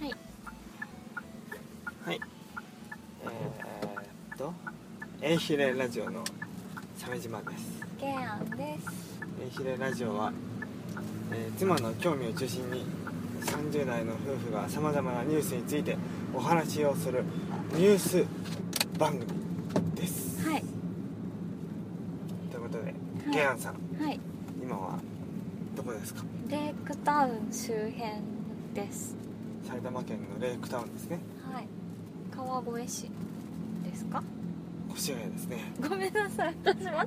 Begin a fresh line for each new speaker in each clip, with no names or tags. はい
はいえー、っと「えいひれラジオ」の鮫島です
ケアンです
「えいひれラジオは」えー妻の興味を中心に30代の夫婦がさまざまなニュースについてお話をするニュース番組です
はい
ということでケアンさん
はい
今はどこですか
レイクタウン周辺です
埼玉県のレイクタウンですね
はい川越市ですか
越谷ですね
ごめんなさい私 また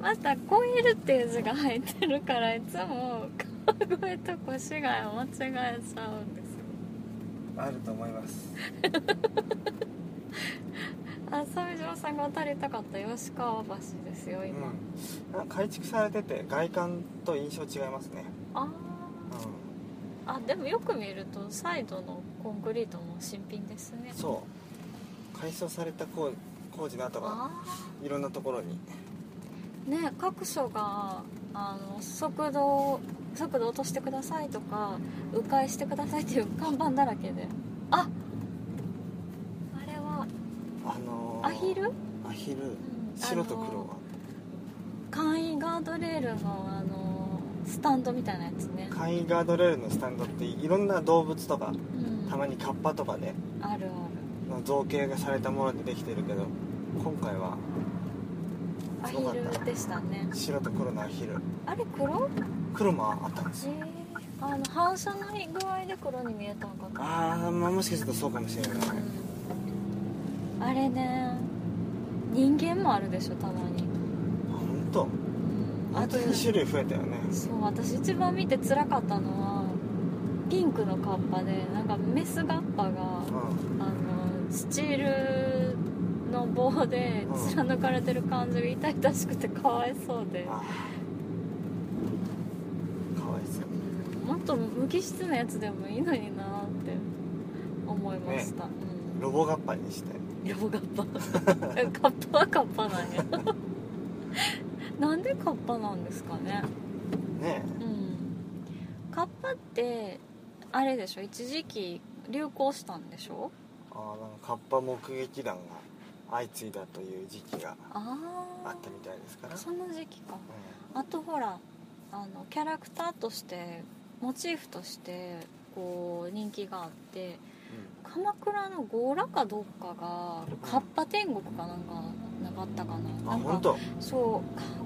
また「超える」っていう字が入ってるからいつも川越と越谷間違えちゃうんですよ
あると思います
あ鮫島さんが渡りたかった吉川橋ですよ今、
うん、なんか改築されてて外観と印象違いますね、
あ
う
ーあでもよく見るとサイドのコンクリートも新品ですね
ん、そう改装された工工事の跡が
あ
いろんなところに
あね各所があの速度速度落としてくださいとか迂回してくださいっていう看板だらけでああれは
あのー
アヒル、うん
アヒル
あの
白と黒は
簡易ガードレールのあのスタンドみたいなやつね、
簡易ガードレールのスタンドっていろんな動物とか
うん、
たまにカッパとかで
あるある
の造形がされたものでできてるけど今回は
ア
すごかった
ヒルでしたね
白と黒のアヒル
あれ黒
黒もあったんです
え
よ
ー、あの反射の具合で黒に見えたんかな
あー、まあもしかするとそうかもしれない
うんあれね人間もあるでしょたまに、
本当
うん
あと2種類増えたよね
そう私一番見て辛かったのはピンクのカッパでなんかメスガッパが
う
あのスチールの棒で貫かれてる感じが痛々しくてかわいそうで
んあーかわいそう
もっと無機質なやつでもいいのになって思いました、うん
ロボガッパにして
ロボカッパ カッパはカッパなんや なんでカッパなんですかね
ね
うんカッパってあれでしょ一時期流行したんでしょ
あーなんかカッパ目撃談が相次いだという時期が
あ
あったみたいですから
あ
う
その時期か
ん
あとほらあのキャラクターとしてモチーフとしてこう人気があって鎌倉の強羅かどっかがカッパ天国かなんかなかったか
うん
な
あ
なんか
本当
そ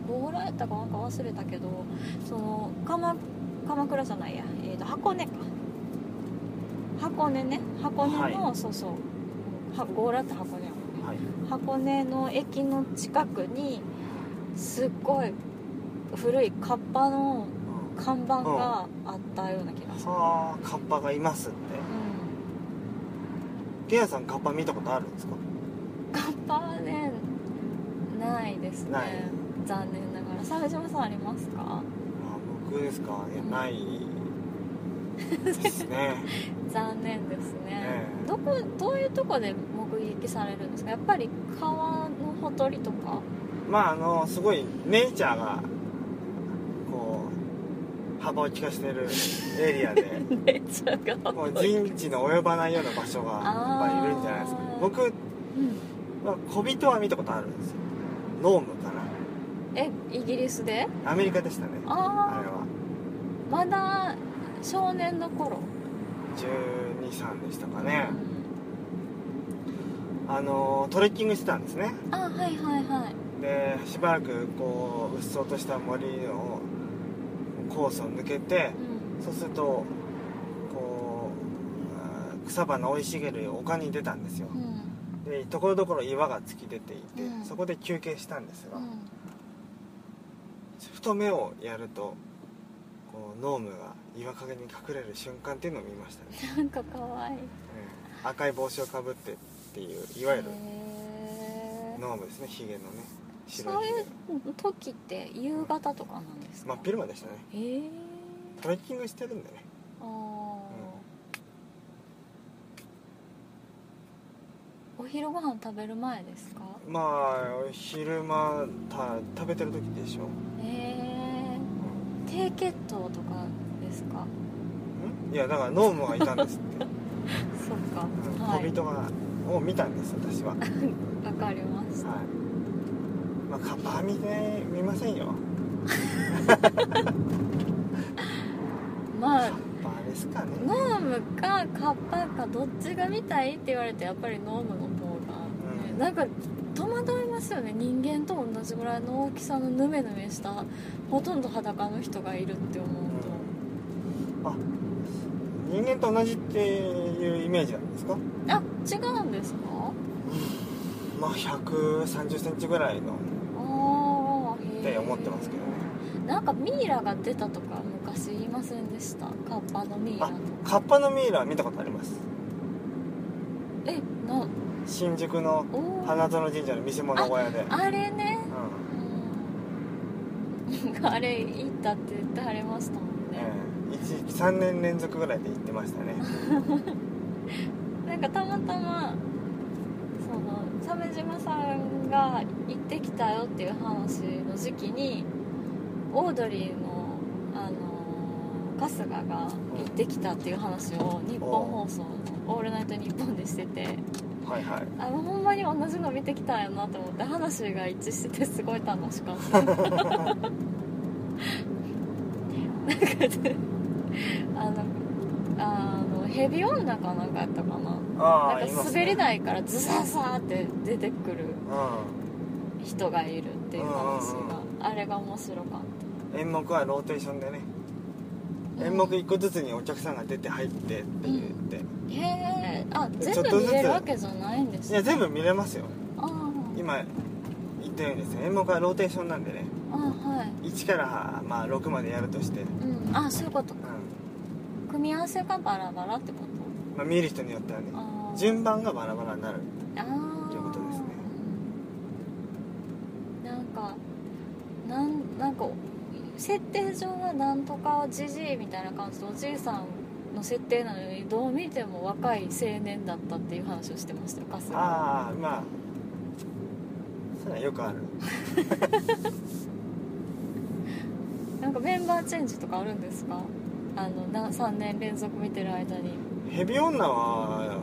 う強羅やったかなんか忘れたけどその鎌鎌倉じゃないや、えー、と箱根か箱根ね箱根の、
は
そうそうは強羅って箱根やもんね
はい
箱根の駅の近くにすっごい古いカッパの
うん
看板があったような気がする、
はあカッパがいますって
う
ケアさんカッパ見たことあるんですか
ん、カッパはねないですね
ない
残念ながら鮫島さんありますか
あ僕ですかいやないです ね
残念ですね、
ええ
どこどういうとこで目撃されるんですかやっぱり川のほとりとか
まああのすごいネイチャーがこう幅を利かしてるエリアで
めっちゃが
もう人知の及ばないような場所がやっぱりいるんじゃないですか
あー
僕
うん
は小人は見たことあるんですよノームか
えイギリスで
なアメリカでしたねあ
あ
れは
あまだ少年の頃
123でしたかねあのトレッキングしてたんですね
あはいはいはい
でしばらくこううっそうとした森のコースを抜けて
うん
そうするとこううん草花生い茂る丘に出たんですよ
うん
でところどころ岩が突き出ていて、
うん
そこで休憩したんですが、
うん
ふと目をやるとこうノームが岩陰に隠れる瞬間っていうのを見ましたね、
なんかかわいい
うん赤い帽子をかぶってっていういわゆる
へー
ノームですねヒゲのね
そ
白
う
いヒ
い
ゲ
う時って夕方とかなんです
真
か
っ昼間でしたね
へえ
トレッキングしてるんでね
ああお昼ご飯食べる前ですか
まあ昼間た食べてる時でしょ
えー、低血糖とかですか
んいやだからノームがいたんです って、
そっか
うん
はい
小人がを見たんです私 ははい
わかりました
まあカッパは見て見ませんよ
ま
カ
あ
ッパですかね
ノームかカッパかどっちが見たいって言われてやっぱりノームの方が、
うん
なんか戸惑いますよね人間と同じぐらいの大きさのヌメヌメしたほとんど裸の人がいるって思う
うん
と、
あ人間と同じっていうイメージなんですか
あ違うんですか
まあ1 3 0ンチぐらいのっ
ああへえ
て思ってますけどね
なんかミイラが出たとか昔言いませんでしたカッパのミイラ
あ
と
カッパのミイラは見たことあります
えな
新宿の
おー
花園神社の見せ物小屋で
あれね
うん
うん あれ行ったって言ってはれましたもんね、
ええ一時期3年連続ぐらいで行ってましたね
なんかたまたまその鮫島さんが行ってきたよっていう話の時期にオードリーの、あのー春日が行ってきたっていう話を日本放送の「オールナイトニッポン」でしてて
はいはい
あのほんまに同じの見てきたんやなと思って話が一致しててすごい楽しかったなんかであのあのヘビ女かなんかやったかな
あ
な
あ
ん
い
か
ます
滑り
ね
台からズサズサって出てくる
う
人がいるっていう話
うん
があれが面白かった
ん演目はローテーションでね演目1個ずつにお客さんが出て入ってって言って、
へえあ
ちょ
全
っと
部
ずつ
見れるわけじゃないんです
いや全部見れますよ
あー
今言ったようにですね演目はローテーションなんでね
あはい
1からまあ6までやるとして、うん
うんあそういうことか組み合わせがバラバラってこと
まあ、見る人によってはね
あー
順番がバラバラになる
あー
ということですね
なんかなんなんか設定上はなんとかじじいみたいな感じでおじいさんの設定なのにどう見ても若い青年だったっていう話をしてましたよ春日は
ああまあそれはよくある
なんかメンバーチェンジとかあるんですかあのな3年連続見てる間に
ヘビ女は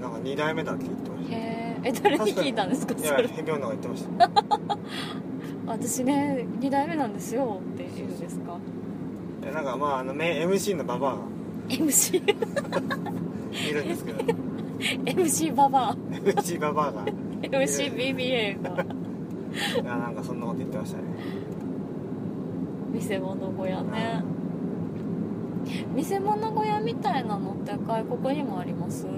なんか2代目だって言ってまし
へーえ誰に聞いたんですかそ
たいや
れ
ヘビ女が言ってました
私ね2代目なんですよって言うんですか
いやなんかまああのめ MC のババアが
MC
いるんですけど
MC ババア
MC ババアが
MCBBA が
いやなんかそんなこと言ってましたね
見せ物小屋ね見せ物小屋みたいなのって外国にもありますう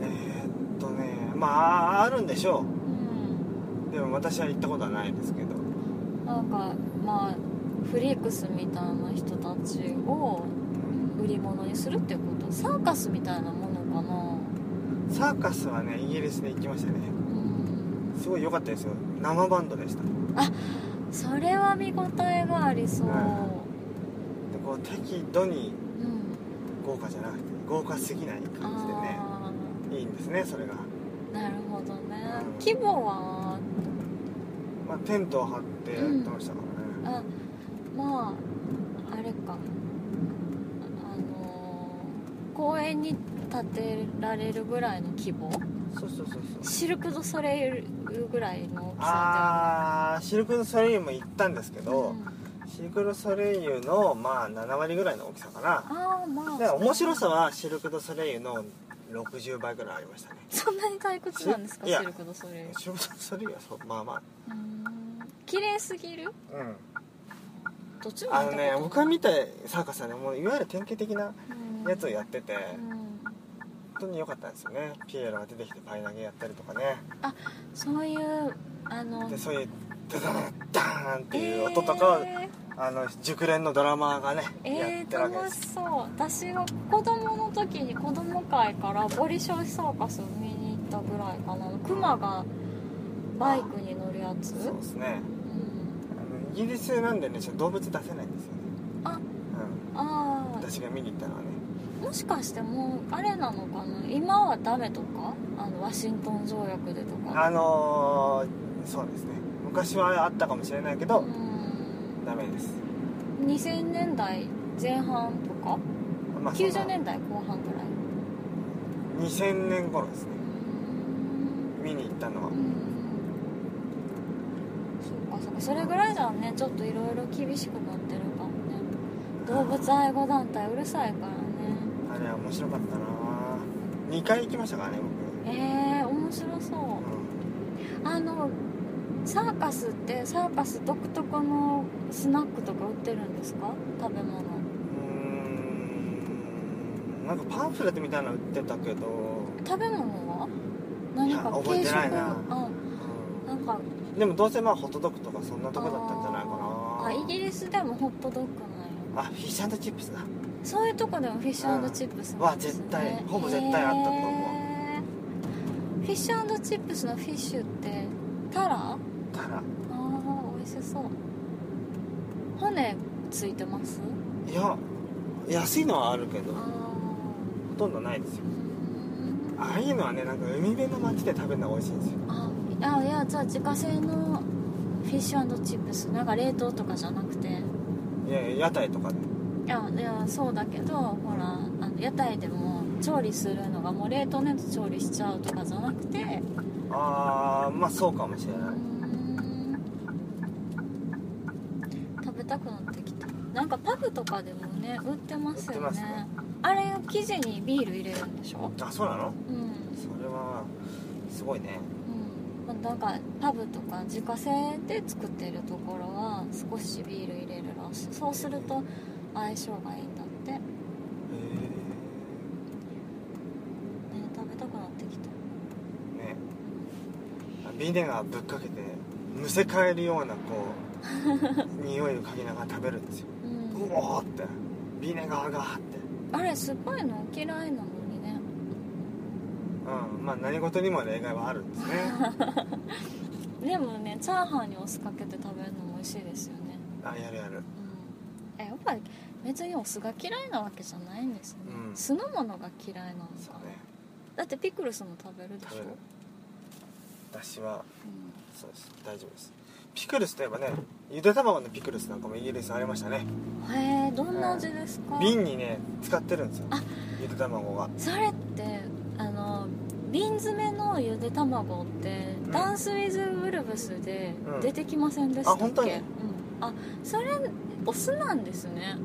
えー、っとねまああるんでしょ
ん
うでも私は行ったことはないですけど
なんかまあフリークスみたいな人たちを売り物にするっていうことサーカスみたいなものかな
サーカスはねイギリスで行きましたね
うん
すごい良かったですよ生バンドでしたで
それは見応えがありそう
うこう適度に
うん
豪華じゃなくて豪華すぎない感じでね
あ
いいんですねそれが、
ーなるほどね
うん
規模は
まあ、テントを張ってやってましたからね、
あまああれかあのー公園に建てられるぐらいの規模
そうそうそうそう
シルク・ドゥ・ソレイユぐらいの大きさ
あーシルク・ドゥ・ソレイユも行ったんですけ
で、う
ど、
ん、
シルク・ドゥ・ソレイユのまあ7割ぐらいの大きさかな
ああま
だ
あ
から面白さはシルク・ドゥ・ソレイユの60倍ぐらいありましたね
そんなに退屈なんですか
いや
シルク・ドゥ・ソレイユ
シルク・ドゥ・ソレイユはそうまあまあ
うーん綺麗すぎる
うん
どっちも
あ
見
の
たこと
ね
ない
僕が見たサーカスはねもういわゆる典型的な
うん
やつをやってて
う
本
ん
当に良かったんですよねピエロが出てきてパイ投げやったりとかね
そういうあの
でそういうダダダダーンっていう音とかを、
えー
あの熟練のドラマーがね、や
え
って
ー、
るわけで
楽
す
しそう私が子供の時に子供会からボリショイサーカスを見に行ったぐらいかなクマがバイクに乗るやつ
そうですねあ
うん、
のイギリスなんでねちょっと動物出せないんですよね
あ
うん
ああ
私が見に行ったのはね
もしかしてもうあれなのかな今はダメとかあのワシントン条約でとか
あのーそうですね昔はあったかもしれないけど、
う
ダメです、
ん2000年代前半とか
まあ、そんな
90年代後半ぐらい
2000年頃ですね
うん
見に行ったのは
そうかそうかそれぐらいじゃねちょっといろいろ厳しくなってるかもね動物愛護団体うるさいからね
あれは面白かったな2回行きましたからね僕
えー、面白そうあのサーカスってサーカス独特のスナックとか売ってるんですか食べ
うん
物
うーんなんかパンフレットみたいなの売ってたけど、
食べ物は何
いや
か
覚え
軽
て
食
ないな
あなんか
うんでもどうせまあホットドッグとかそんなとこだったんじゃないかな
あイギリスでもホットドッグなんや
あフィッシュチップスだ
そういうとこでもフィッシュチップスなんです、ね
うんわ絶対ほぼ絶対あったと思う
へーフィッシュチップスのフィッシュってタラあ
たら
あ美味しそう骨ついてます
いや安いのはあるけど
あ
ほ
あ
とんどないですよああいうのはねなんか海辺の街で食べるのが美味しいんですよ
ああいやじゃあ自家製のフィッシュチップスなんか冷凍とかじゃなくて
いやいや屋台とかで
いやいやそうだけどほらあの屋台でも調理するのがもう冷凍のやつ調理しちゃうとかじゃなくて
ああまあそうかもしれ
う
ない
ーん食べたくなってきたなんかパブとかでもね売ってます
売って
よ
ます
ね
ね
あれを生地にビール入れるんでしょ
あそうなの
うん、うん
それはすごいね
まあ、なんかパブとか自家製で作ってるところは少しビール入れるらしいそうすると相性がいいんだってね
へ
食べたくなってきた
えねビネガーぶっかけてむせ返るようなこ う匂いを嗅ぎながら食べるんですよ
うん
うおーってビネガーがーって
あれ酸っぱいの嫌いなのにね
うんまあ何事にも例外はあるんですね
でもねチャーハンにお酢かけて食べるのも美味しいですよね
あやるやる
うんえやっぱり別にお酢が嫌いなわけじゃないんですね、
うん
酢のものが嫌いなんか
そうね
だってピクルスも食べるでし
食
ょ
べる私はそうです大丈夫ですピクルスといえばねゆで卵のピクルスなんかもイギリスありましたね
うん、へえどんな味ですか、
瓶にね使ってるんですよ
あ
ゆで卵が
それってあの瓶詰めのゆで卵って、
うん
ダンス・ウィズ・ウルブスで
うん
出てきませんでしたっけ、
あ本当に
うん、あそれお酢なんですね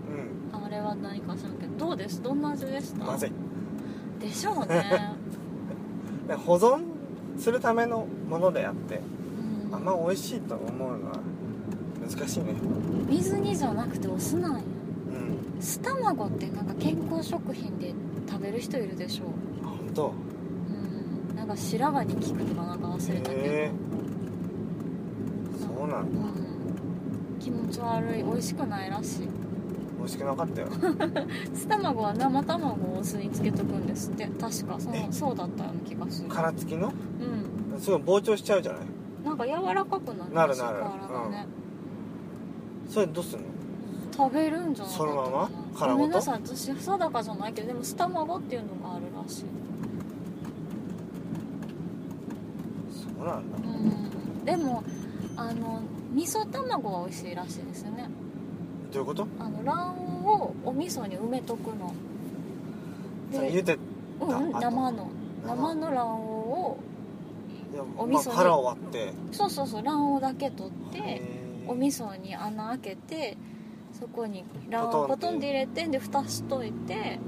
うん
あれは何か知らんけどどうですどんな味でした
まずい
でしょう ね、
で保存するためのものであって
うん
あんま美味しいと思うのは難しいね
水煮じゃなくてお酢なんや
うん
酢卵ってなんか健康食品で食べる人いるでしょ
あ本当
うんなんか白髪に効くとかなんか忘れたけど、
へえそうなんだ
うん、気持ち悪い美味しくないらしい
美味しくなかったよ
酢卵は生卵をお酢につけとくんですって確かそ
え
のそうだったような気がする
殻付きの
うん
すごい膨張しちゃうじゃない
なんか柔らかくなる
なるなる
体がね、
それどうすんの
食べるんじゃない
そのまま殻ごと
ごめんなさい私定かじゃないけどでも酢卵っていうのがあるらしい
そうなんだ
うんでもあの味噌卵は美味しいらしいですよね
どういうこと
あの卵黄をお味噌に埋めとくの
さ
で
茹で
うんうん
あと
生の生の卵黄を
でも
お味
まあ
噌に
殻を割って
そうそうそう卵黄だけ取って
へー
お味噌に穴開けてそこに卵黄を
ポ
ポ
ト
ト
ンって
ンで入れてで蓋しといて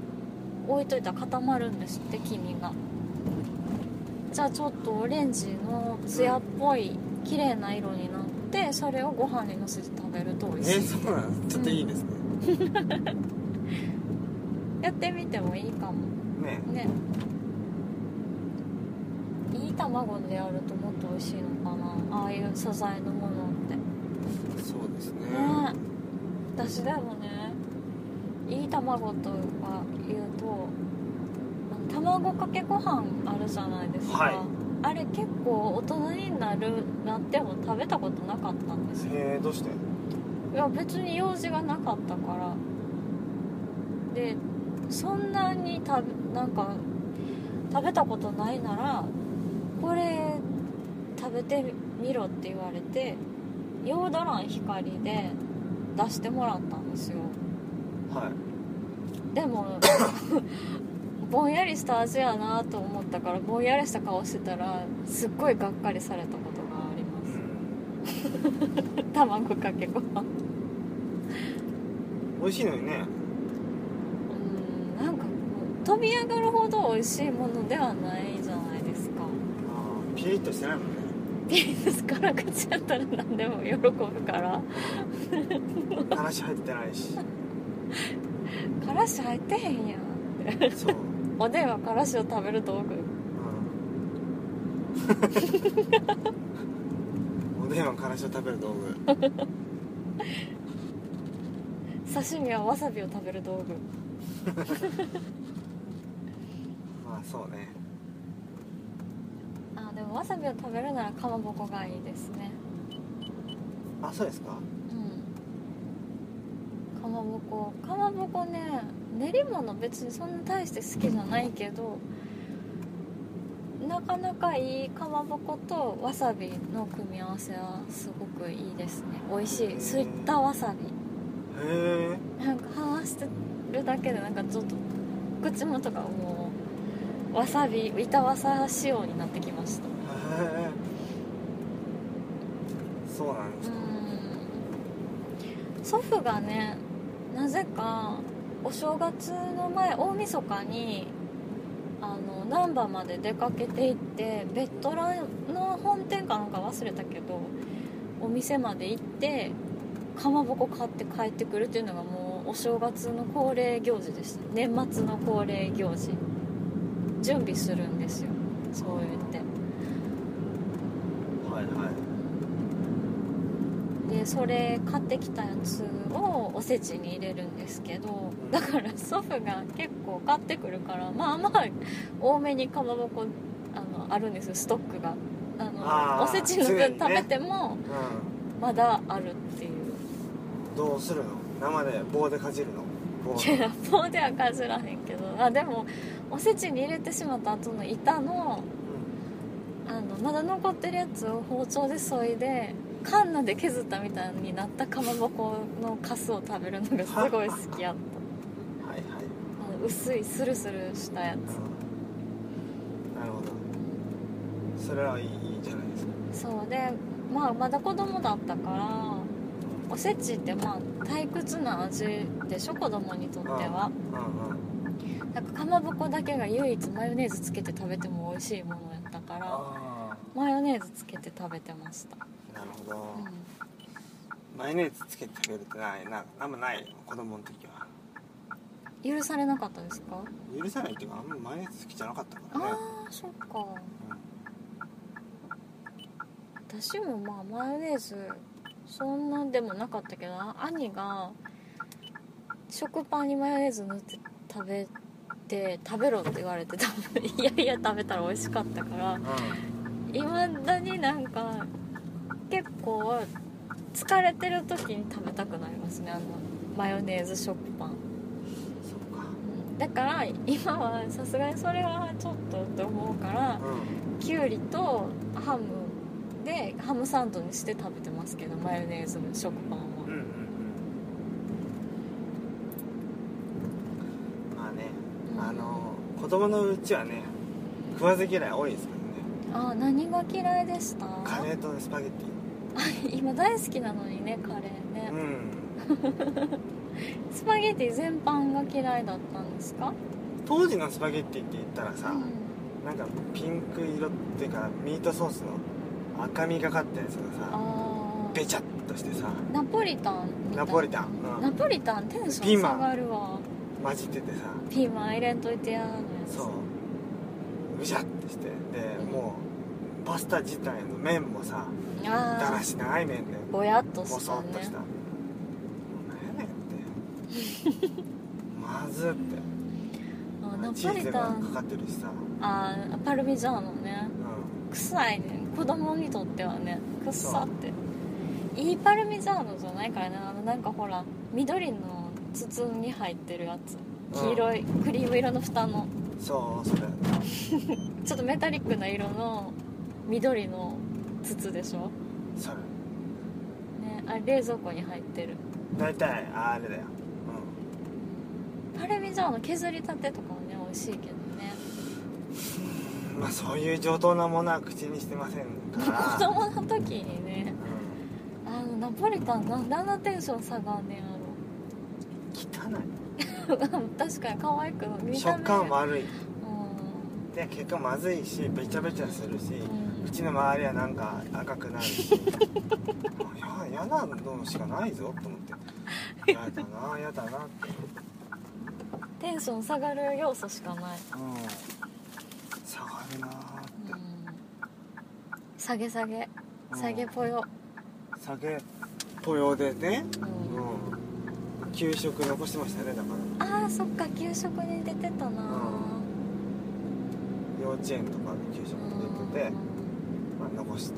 置いといたら固まるんですって黄身がじゃあちょっとオレンジのツヤっぽい綺麗な色になってそれをご飯にのせて食べると美味しい、
えそうなんちょっといいですね、
やってみてもいいかも
ね
ねいい卵でやるともっと美味しいのかなああいう素材のものってね
そうですね
私でもねいい卵とは言うとあの卵かけご飯あるじゃないですか、
はい
あれ結構大人になるなっても食べたことなかったんですよ
へえどうして
いや別に用事がなかったからでそんなに食べなんか食べたことないならこれ食べてみろって言われてヨードラン光で出してもらったんですよ
はい
でも ぼんやりした味やなと思ったからぼんやりした顔してたらすっごいがっかりされたことがありま
う
す
ん
卵かけご飯
美味しいのにね
うんなんかこう飛び上がるほど美味しいものではないじゃないですか
あーピリッとしてないもんね
ピリッと辛口やったら何でも喜ぶから
話入ってない し
からし入ってへんやん
そう、
おでんはからしを食べる道具
うん、おでんはからしを食べる道具
刺身はわさびを食べる道具
まあそうね
あでもわさびを食べるならかまぼこがいいですね
あそうですか
うんかまぼこかまぼこね練り物別にそんな大して好きじゃないけどなかなかいいかまぼことわさびの組み合わせはすごくいいですね美味しいすいったわさび
へえ
なんか話してるだけでなんかちょっと口元がもうわさび板わさ仕様になってきました
へえ そうなんですか
祖父がねなぜかお正月の前大晦日にあの難波まで出かけて行ってベッドランの本店かなんか忘れたけどお店まで行ってかまぼこ買って帰ってくるっていうのがもうお正月の恒例行事でした年末の恒例行事準備するんですよそう言って
はいはい
でそれ買ってきたやつをおせちに入れるんですけどだから祖父が結構買ってくるからまあまあ多めにかまぼこあのあるんですよストックがあの
あー
おせちの
常に
分
ね
食べてもまだあるっていう
うんどうするの生で棒でかじるの棒
いや棒ではかじらへんけどあでもおせちに入れてしまった後の板の
う
あのまだ残ってるやつを包丁で削いでカンナで削ったみたいになったかまぼこのカスを食べるのがすごい好きやっ
ん
た
はいはい
あの薄いスルスルしたや
うんなるほどそれはいいいいじゃないですか
つそうで、まあ、まだ子供だったからおせちってまあ退屈な味でしょ子供にとっては
うんうん
なんかかまぼこだけが唯一マヨネーズつけて食べても美味しいものやったから
あ
マヨネーズつけて食べてました、
あなるほど、
う
マヨネーズつけて食べるってないななんもないよ子供の時は
ん、許されなかったですか
許さないっていうかあんまマヨネーズ好きじゃなかったからね
あーそっか私もまあマヨネーズそんなでもなかったけど兄が食パンにマヨネーズ塗って食べて食べろって言われて食べいやいや食べたら美味しかったから
うん、うん
いまだになんか結構疲れてる時に食べたくなりますねあのマヨネーズ食パン
そっ
うんだから今はさすがにそれはちょっとって思うから
かうん
きゅうりとハムでハムサンドにして食べてますけどマヨネーズの食パンは
うんうんうんまあねあの子供のうちはね食わず嫌い多いですけどね
あ何が嫌いでした
カレーとスパゲッテ
今大好きなのにねカレー
ィう
ね、
ん
スパゲティ全般が嫌いだったんですか
当時のスパゲッティって言ったらさ、
うん
なんかピンク色っていうかミートソースの赤みがかったやつがさ
あ
べちゃっとしてさ
ーナポリタンみたいな
ナポリタンうん
ナポリタンテンシ
ピ
ョ
ー
ン
マン
下がるわ
混じっててさ
ピーマン入れんといてやのやつ
そうぐしゃってしてでもうパスタ自体の麺もさだ
あ
らしない麺で
あぼやっと
ボ
し
ソ
た
ッとし
ね
た何やねんってまずって
あナ
チ
ポ
ー
リ
ズ
タ
がか
ン
かってるしさ、
あーパルミジャーノね
う
臭いね子供にとってはねくっさっていいパルミジャーノじゃないからねあのなんかほら緑の筒に入ってるやつ
ん
黄色いクリーム色の蓋の
そうそれ
ちょっとメタリックな色の緑の筒でしょ、
それ
ね、あれ冷蔵庫に入ってる
大体あれだよ
パルミジャーノ削りたてとかもね美味しいけどね
うんまあそういう上等なものは口にしてませんか
子
ら、
供の時にね
うん、
あのナポリタンなんであんなテンション下がんねんや
汚
ろ 確かに可愛く
い
見た目
食感悪い
うん
で結果まずいしべちゃべちゃするし、
ん
うちの周りはなんか赤くなるし もうや嫌なのしかないぞと思って嫌だな嫌だなって
テンション下がる要素しかない、
うん下がるなーって
うん、下げ下げ
うん
下げぽよ、
下げぽよでね、う
う、
んん、給食残してましたねだから
あーそっか給食に出てたな
幼稚園とかの給食に出てて、まあ、残して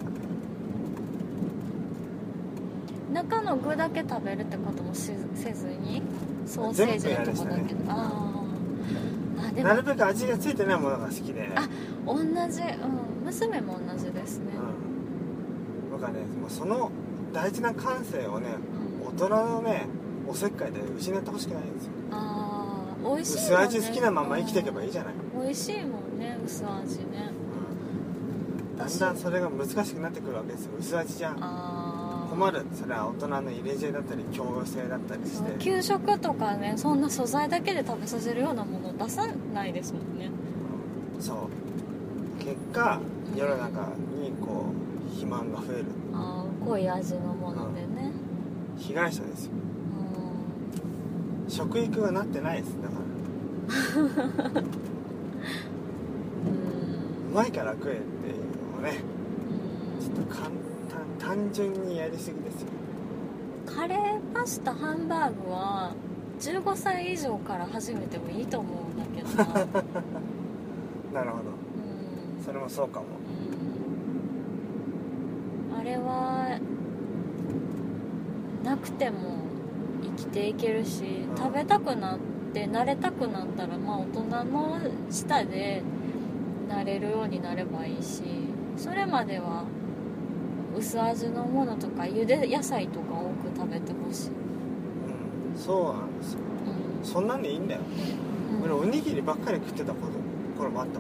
うん中の具だけ食べるってこともしせずにソーセージのとこだ
全部やりま
け
し
で、あーあで
なる
も
べく味がついてないものが好きで、
あ同じ、うん、娘も同じですね、
うん、僕はねもうその大事な感性をね
うん
大人のねおせっかいで失ってほしくないんですよ
あー美味しいもん
薄味好きなまま生きていけばいい
い
じゃない、
美味しいもんね薄味ね
うん、だんだんそれが難しくなってくるわけですよ薄味じゃん
ああ
困るそれは大人の入れ知恵だったり協業性だったりして、
給食とかねそんな素材だけで食べさせるようなもの出さないですもんね
うんそう結果世の中にこう肥満が増える
あー濃い味のものでね
被害者ですよ
うん
食育がなってないですだから
うん
うまいから食えっていうのをねちょっと簡単単純にやりすぎですよ
カレーパスタハンバーグは15歳以上から始めてもいいと思うんだけど な、
なるほど
う
それもそうかも
んうん、あれはなくても生きていけるし
ん
食べたくなって慣れたくなったらまあ大人の舌で慣れるようになればいいしそれまでは薄味のものとかゆで野菜とか多く食べてほしい、
うんそうなんですよ
うん
そんなんでいいんだよ
うん
俺おにぎりばっかり食ってたこと頃もあ った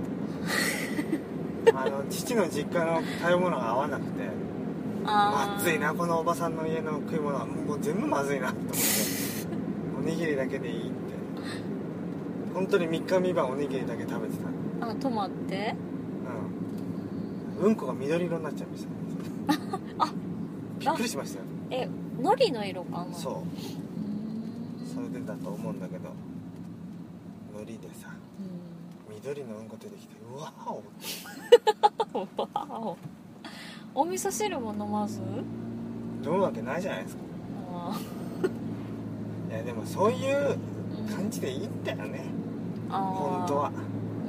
もんあの父の実家の食べ物が合わなくて
あー
まずいなこのおばさんの家の食い物はもう全部まずいなと思っておにぎりだけでいいって本当に3日3晩おにぎりだけ食べてた
あトマって
うんうんこが緑色になっちゃいましたねびっくりしましたよ
え海苔の色かなう
そう
ーん
それでだと思うんだけど海苔でさ
うん
緑のうんこ出てきてうわお
わおお味噌汁も飲まず
飲むわけないじゃないですか
あ
いやでもそういう
ー
感じでいいんだよね
あー
本当は
う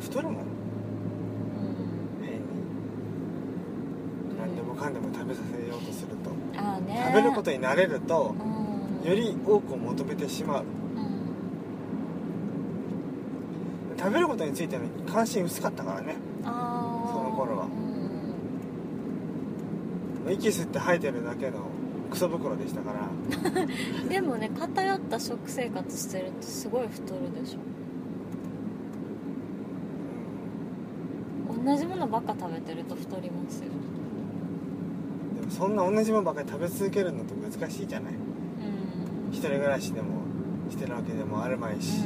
ん
太るもん変に
うん
何でもかんでも食べさせようとすると
あーね
食べることに慣れると
うん
より多くを求めてしまう
うん
食べることについての関心薄かったからね
あー
その頃は
うん
息吸って吐いてるだけのクソ袋でしたから
でもね偏った食生活してるとすごい太るでしょ
うん
同じものばっか食べてると太りますよ
でもそんな同じもんばっかり食べ続けるのって難しいじゃない
うん
一人暮らしでもしてるわけでもあるまいし、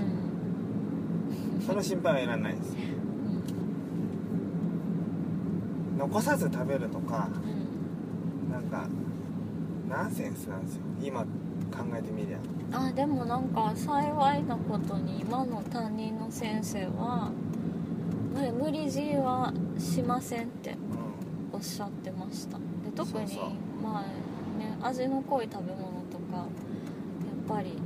う
その心配はいらないです
ん
残さず食べるとか
うん
なんかナンセンスなんですよ今考えてみりゃ
あでもなんか幸いなことに今の担任の先生は無無理強いはしませんって
う
おっしゃってましたで特に
そうそう
まあね味の濃い食べ物とかやっぱり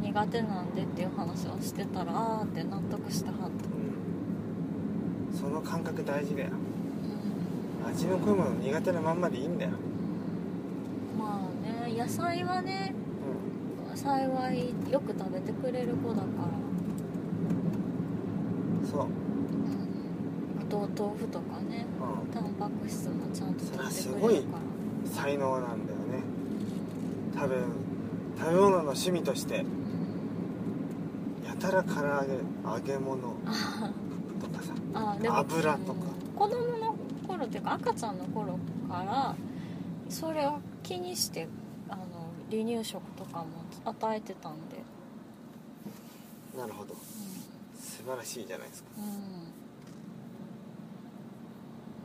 苦手なんでっていう話をしてたらああって納得したはった、
ん、うん、その感覚大事だよ
うん、
味の濃いもの苦手なまんまでいいんだよ、
まあね野菜はね
うん、
幸いよく食べてくれる子だから
そう
あとお豆腐とかね
う
タンパク質もちゃんと取
そ
って
れはす
く
ご
れ
い
るから
ん才能なんだよね多分食べ物の趣味として
うん
やたら唐揚げ揚げ物
あはは
とかさ
あでも
油とか
うん子供の頃っていうか赤ちゃんの頃からそれを気にしてあの離乳食とかも与えてたんで、
なるほど素晴らしいじゃないですか
うんうん、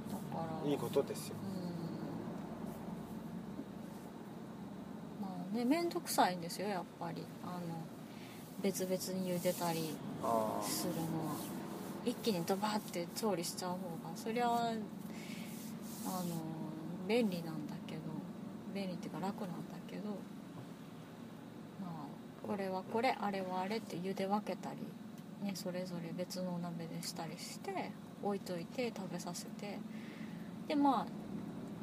だから
いいことですよ
うんまあね面倒くさいんですよやっぱりあの別々に茹でたり
ああ
するのは一気にドバーって調理しちゃう方がそりゃあの便利なんだけど便利っていうか楽なんだけどまあこれはこれあれはあれって茹で分けたり、ね、それぞれ別のお鍋でしたりして置いといて食べさせてでま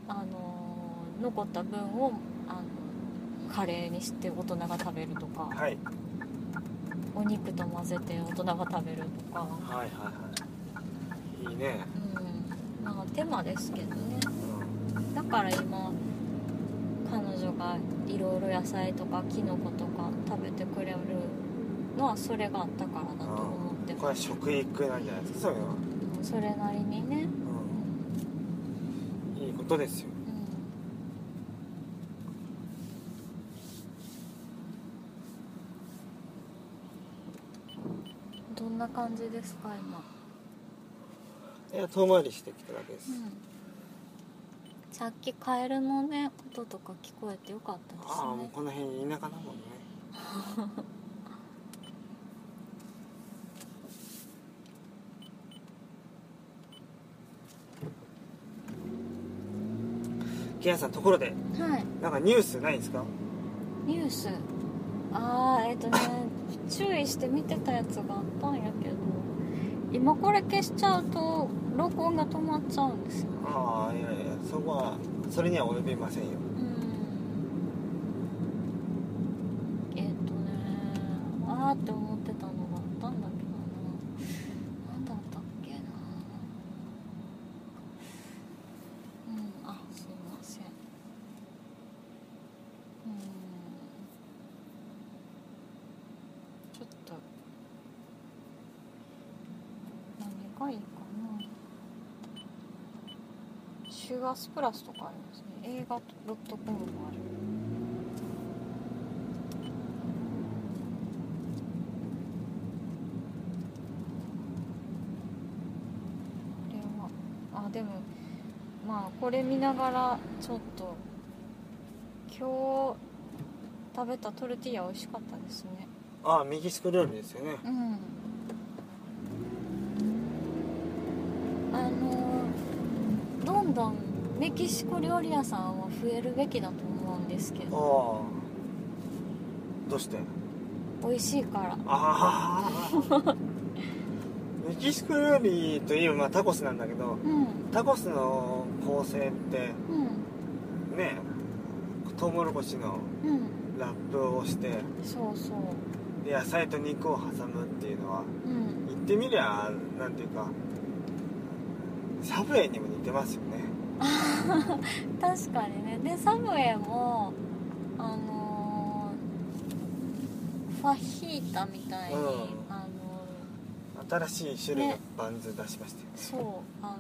ああの残った分をあのカレーにして大人が食べるとか。
はい
お肉と混ぜて大人が食べるとか、
はいはいはいいいね、
うん、まあ手間ですけどね
うん、
だから今彼女がいろいろ野菜とかきのことか食べてくれるのはそれがあったからだと思って
これは食育なんじゃないですかそういうのは、
うんそれなりにね、
うん、いいことですよ
うん、どんな感じですか今
いや遠回りしてきただけです、
うんさっきカエルのね音とか聞こえてよかったですね
ああもうこの辺田舎だもんね ケアさんところで
はい
なんかニュースないんですか
ニュースああえっ、とね注意して見てたやつがあったんやけど今これ消しちゃうと録音が止まっちゃうんですよ
ああいやいやそこはそれには及びませんよ
うんえっ、とねああって思ってたのがあったんだけどななんだったっけなうんあすいませんうんちょっと何がいいかな週アスプラスとかありますね映画ドットコムもあるこれはあでもまあこれ見ながらちょっと今日食べたトルティーヤ美味しかったですね
ああメキシコ料理ですよね
うんあのどんどんメキシコ料理屋さんは増えるべきだと思うんですけ
ああ
ど
どうして
美味しいから
ああ メキシコ料理といえば、まあ、タコスなんだけど
うん
タコスの構成って
うん
ねトウモロコシの
うん
ラップをして
そうそう
で野菜と肉を挟むっていうのは
うん
言ってみりゃなんていうかサブウェイにも似てますよね
確かにねでサブウェイもあのーファヒータみたいに、
うん
あのー
新しい種類の
ね
バンズ出しましたよ、
そうあの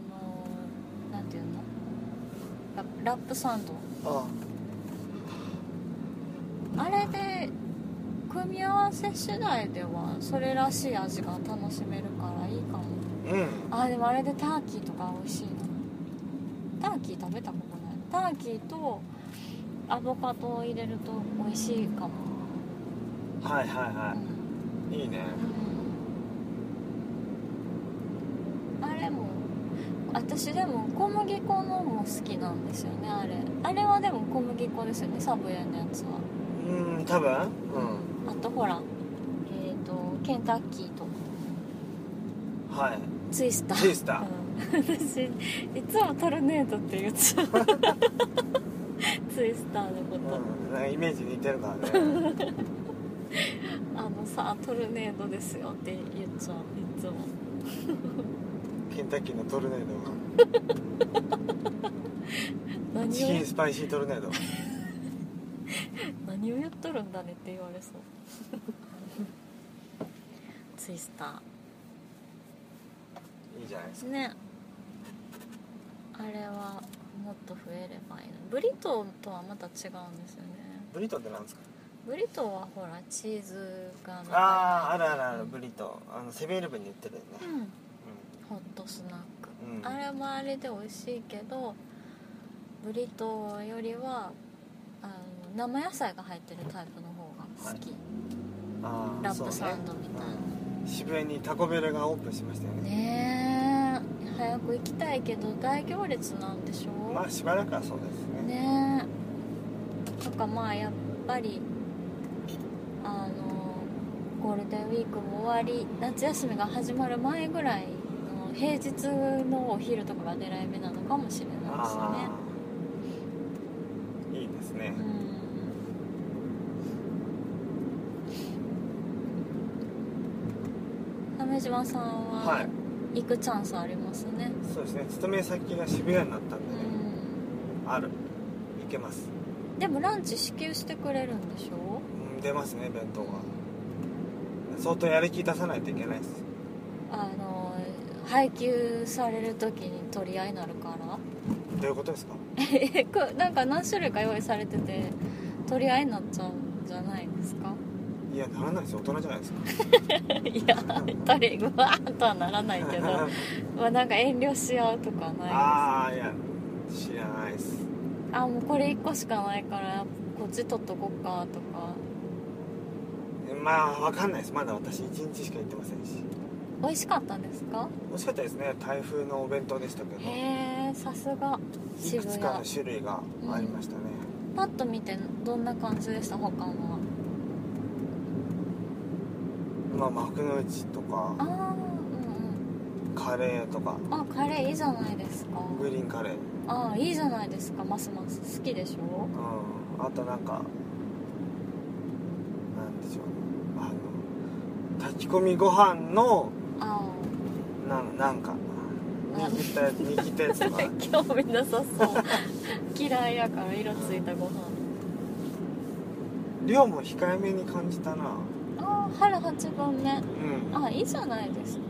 ーなんていうのララップサンド
あ
あれで組み合わせ次第ではそれらしい味が楽しめるからいいかも
あうん
あでもあれでターキーとか美味しいなターキー食べたことないターキーとアボカドを入れると美味しいかも、
はいはい
うん
は
う
いいいね
んあれも私でも小麦粉のも好きなんですよねあれあれはでも小麦粉ですよねサブウェイのやつは
うん多分う
あとほらえっ、とケンタッキーとか
んはい
ツイスター
ツイスター
うん、 私いつもトルネードって言っ ちゃうツイスターのこと、
うん、イメージ似てるからね
さあトルネードですよって言っちゃういつも
ケンタッキーのトルネードチ
何を
キ
や
ンスパイシートルネード
何をやっとるんだねって言われそう ツイスター
いいじゃないですか
ねあれはもっと増えればいいのブリトーとはまた違うんですよね
ブリトーってなんですか
ブリトーはほらチーズが
あああるあるあるブリトーあのセブンイレブンに売ってるよね
う、んホットスナック、
うん
あれはあれで美味しいけどブリトーよりはあの生野菜が入ってるタイプの方が好き、
うん、ああ
ラップサンドみたいな
うん渋谷にタコベルがオープンしましたよね
ねえ早く行きたいけど大行列なんでしょ、
まあしばらくはそうですね
ねえなんかまあやっぱりあのゴールデンウィークも終わり夏休みが始まる前ぐらいの平日のお昼とかが狙い目なのかもしれないですね
ああいいですね
うん鮫島さん
は
はい行くチャンスありますね、
そうですね勤め先が渋谷になったんでね、
う
あるいけます、
んでもランチ支給してくれるんでしょ
うん、出ますね弁当は相当やる気出さないといけないです
あの配給される時に取り合いになるから
どういうことですか
えこなんか何種類か用意されてて取り合いになっちゃうんじゃないですか
いやならないですよ大人じゃないですか
いや取りうわーっとはならないけど まあなんか遠慮し合うとかはない
ああいや知らないです
ですあもうこれ1個しかないからこっち取っとこっかとか
まあわかんないですまだ私一日しか行ってませんし
美味しかったんですか
美味しかったですね台風のお弁当でしたけど
へえさすが
い
渋
くつ
谷
かの種類がありましたね、
パッと見てどんな感じでした他のは
まあ幕の内と
ああ
かカ
うん
レーとか
うんあカレーいいじゃないですか
グリーンカレー、うん、
ああいいじゃないですかますます好きでしょ
あとなんかなんでしょうあの炊き込みご飯の
あ
なんなんか握ったやつ握ったやつとか
あ興味なさそう嫌いやから色ついたご飯
量も控えめに感じたな
ああ腹八分
う
目
ん
ああいいじゃないですか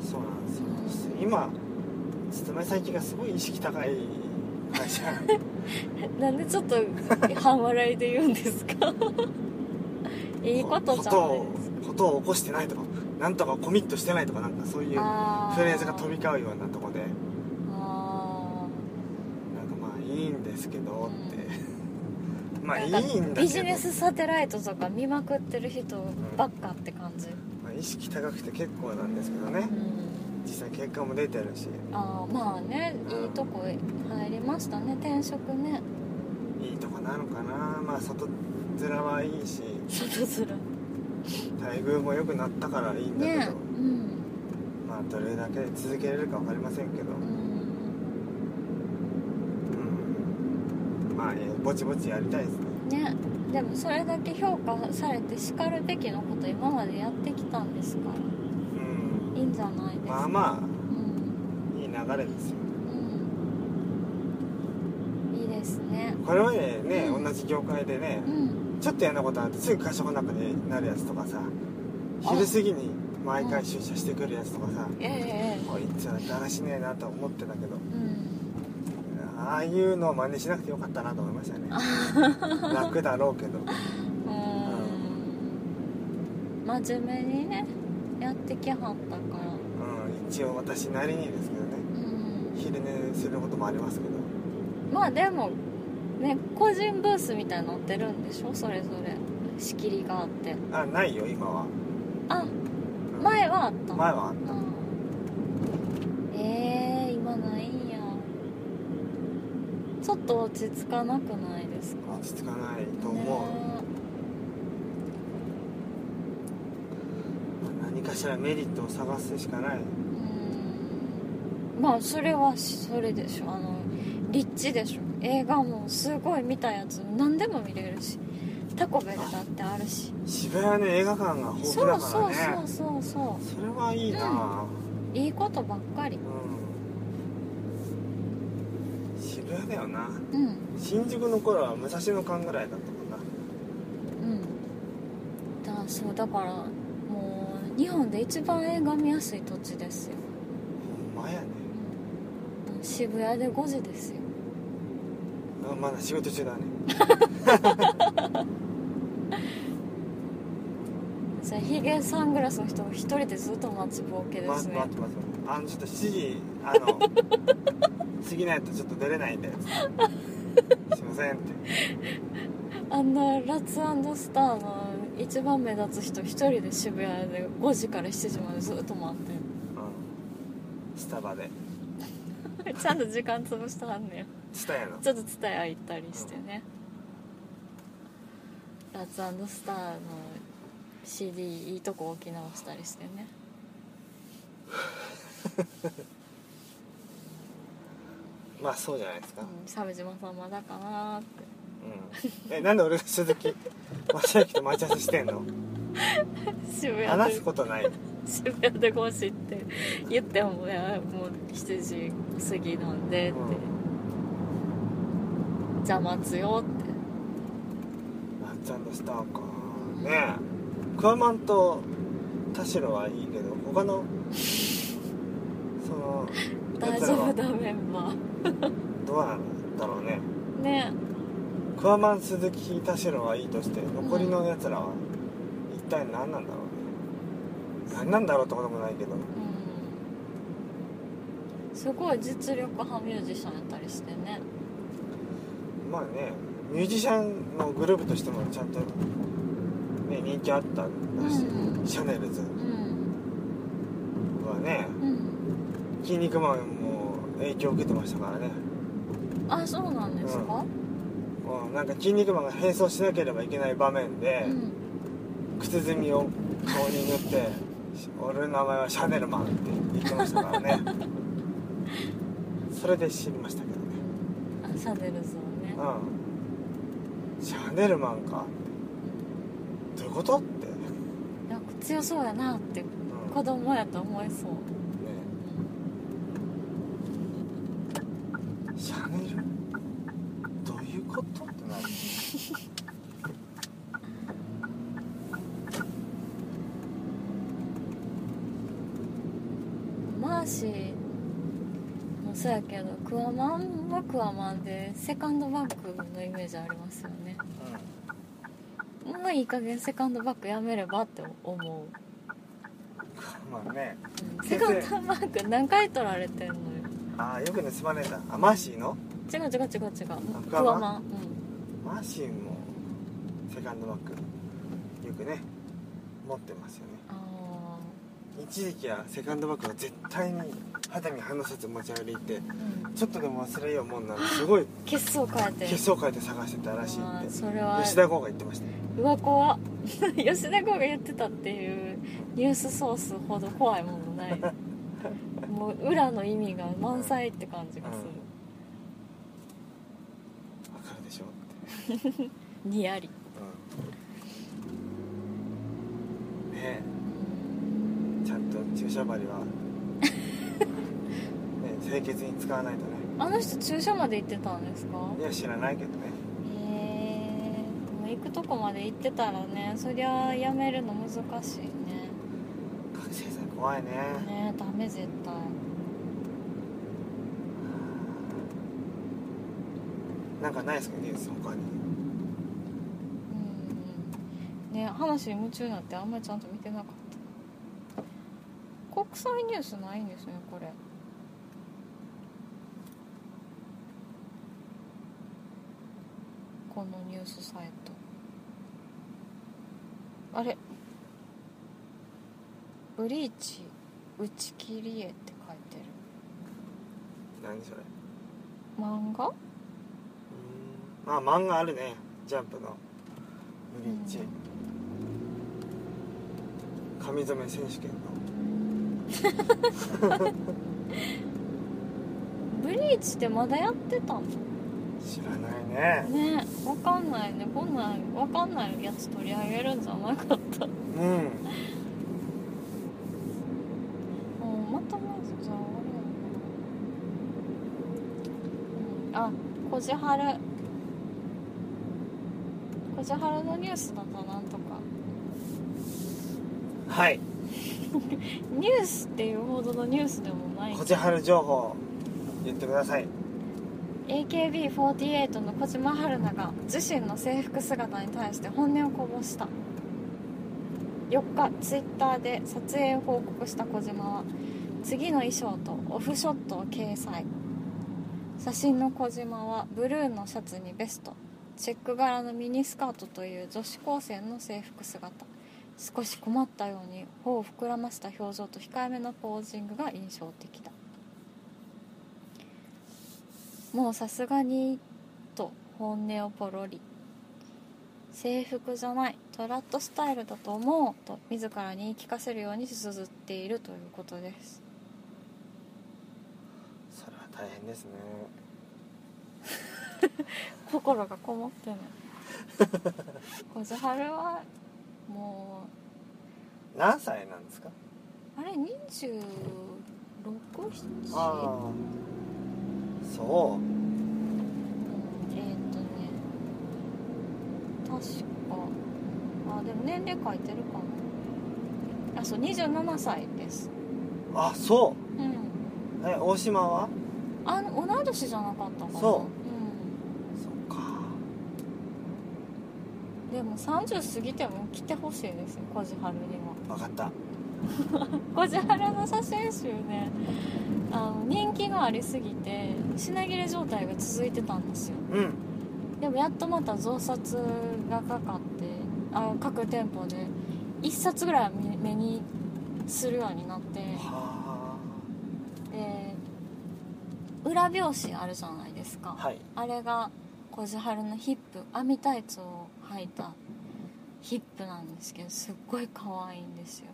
そうなんですよ今勤め先がすごい意識高い会社
なんでちょっと半笑いで言うんですか いいことじゃない
を
ですか
ことを起こしてないとかなんとかコミットしてないとかなんかそういう
あ
フレーズが飛び交うようなとこで
あ
なんかまあいいんですけどって、
あ
まあいいんだけど
ビジネスサテライトとか見まくってる人ばっかって感じ
まあ、意識高くて結構なんですけどね
うん
実際結果も出てるし
ああまあね
うん
いいとこ入りましたね転職ね
いいとこなのかなまあ外面はいいし
外面
待遇も良くなったからいいんだけど、
ねうん
まあどれだけ続けれるか分かりませんけど、
うん
うん、まあ、えーぼちぼちやりたいですね
ねでもそれだけ評価されてしかるべきのこと今までやってきたんですから
うん
いいんじゃないです
まあ
か
ま
うん
あいい流れですよ
うんいいですね
これまでね、
うん
同じ業界でね
うん
ちょっと嫌なことあってすぐ会社の中になるやつとかさ
あ
昼過ぎに毎回出社してくるやつとかさ、
えええ
こいつはだらしねえなと思ってたけど
えうん
ああいうのを真似しなくてよかったなと思いました ね楽だろうけど
うーん真面目にねやってきはったか
う
ら
ん一応私なりにですけどね
うん
昼寝することもありますけど
まあでもね個人ブースみたいなのってるんでしょそれぞれ仕切りがあって
あないよ今は、
あ
うん
前はあった
前は
うんえー、今ないんやちょっと落ち着かなくないですか
落ち着かないと思
ね
う、何かしらメリットを探すしかない
うんまあそれはそれでしょあの立地でしょ映画もすごい見たやつ何でも見れるしタコベルだってあるし
渋谷はね映画館が豊
そう
富だか
そ
ら
う
ね
そうそうそ
それはいいな、
ういいことばっか
う
り
ん、渋谷だよな
うん
新宿の頃は武蔵野間ぐらいだったもんな
うんだそうだからもう日本で一番映画見やすい土地ですよ
ほんまやね
うん渋谷で5時ですよ
あまだ仕事中だね
それヒゲサングラスの人が一人でずっと待ちぼうけで
待っ
す
て
ね
待って待ってあのちょっと7時あ の過ぎないとちょっと出れないんですいませんって
あんなラッツスターの一番目立つ人一人で渋谷で5時から7時までずっと待って
うんスタバで
る ちゃんと時間潰したはんねや
スタやの
ちょっと伝え合行ったりしてね、ラッツスターの CD いいとこ置き直したりしてね
まあそうじゃないですか、うん
うん鮫島さんまだかなーって
えなんで俺が鈴木正行と待ち合わせしてんの
渋谷
話
です
ことない
渋谷で5時って言ってもいやもう7時過ぎなんでって、じゃあ待つよって
なっちゃんのスターかねえクワマンと田代はいいけど他のその
大
やつ
丈
らは
夫だメンバ
どうなんだろうね
ーね
クワマン鈴木田代はいいとして残りのやつらは一体何なんだろうね何なんだろうってこともないけど
うんすごい実力派ミュージシャンやったりしてね
まあねミュージシャンのグループとしてもちゃんと、ね、人気あったんだし、
うん
シャネルズ
うん
はね
うん
「筋肉マン」も影響を受けてましたからね
あそうなんですか、
うんなんか「筋肉マン」が変装しなければいけない場面
う
で、
ん、
靴墨を顔に塗って「俺の名前はシャネルマン」って言ってましたから ねそれで知りましたけどね
あシャネルズをね
うんシャネルマンかどういうことって、う
なんか強そうやなって
ん
子供やと思えそう、
ねシャネルどういうことってなる
マーシーもそうやけどクワマンはクワマンでセカンドバックのイメージありますよねもういい加減セカンドバックやめればって思う、
うんまあね
うん、セカンドバック何回取られてんのよ
ああよく盗まれたあマーシーの
違う違う違う違う
あ
ク
ク
ワ
ワマン
マン
マーシーもセカンドバックよくね持ってますよね
うんあ
一時期はセカンドバッグは絶対に肌身離さず持ち歩いて
あうん
ちょっとでも忘れようもんなんですごい
血相変えて
血相変えて探してたらしい
あ
っ
ー
て
それは
吉田剛が言ってました
うわ怖 吉田剛が言ってたっていうニュースソースほど怖いもの ないもう裏の意味が満載って感じがする、
わかるでしょって
にやり
うんねえちゃんと注射針は ねえ清潔に使わないとね
あの人注射まで行ってたんですか
いや知らないけどね
へえもう行くとこまで行ってたらねそりゃやめるの難しいね
覚醒剤怖いね
ねえダメ絶対
なんかないですかニュース他に
うんねえ話に夢中になってあんまりちゃんと見てなかった国際ニュースないんですねこれこのニュースサイトあれブリーチ打ち切り絵って書いてる
何それ
漫画
うーんまあ漫画あるねジャンプの「ブリーチ」髪染め選手権の
ブリーチってまだやってたの
知知らないね
ねわかんないねこんなんわかんないやつ取り上げるんじゃなかった
うん
もうまともにじゃあ終わりなのかなうんあこじはるこじはるのニュースだとなんとか
はい
ニュースっていうほどのニュースでもない
こじはる情報言ってください
AKB48 の小島春菜が自身の制服姿に対して本音をこぼした4日ツイッターで撮影を報告した小島は次の衣装とオフショットを掲載写真の小島はブルーのシャツにベストチェック柄のミニスカートという女子高生の制服姿少し困ったように頬を膨らました表情と控えめなポージングが印象的だもうさすがにと本音をポロリ制服じゃないトラットスタイルだと思うと自らに言い聞かせるように綴っているということです
それは大変ですね
心がこもってない小津春はも
何歳なんですか
うあれ26七
ああそ
えーっとね確かあでも年齢書いてるかなあそう27歳です
うあそ
うん
うえ大島は
あの同い年じゃなかったかな、
そうそっか
ん、でも30過ぎても来てほしいですよ小路春にも
分かった
小路春の写真集ねあの人気がありすぎて品切れ状態が続いてたんですよ
うん
でもやっとまた増刷がかかってあ各店舗で1冊ぐらいは目目にするようになって
は
で裏表紙あるじゃないですか
あはい
あれが小路春のヒップ編みタイツを履いたヒップなんですけどすっごい可愛いんですよ、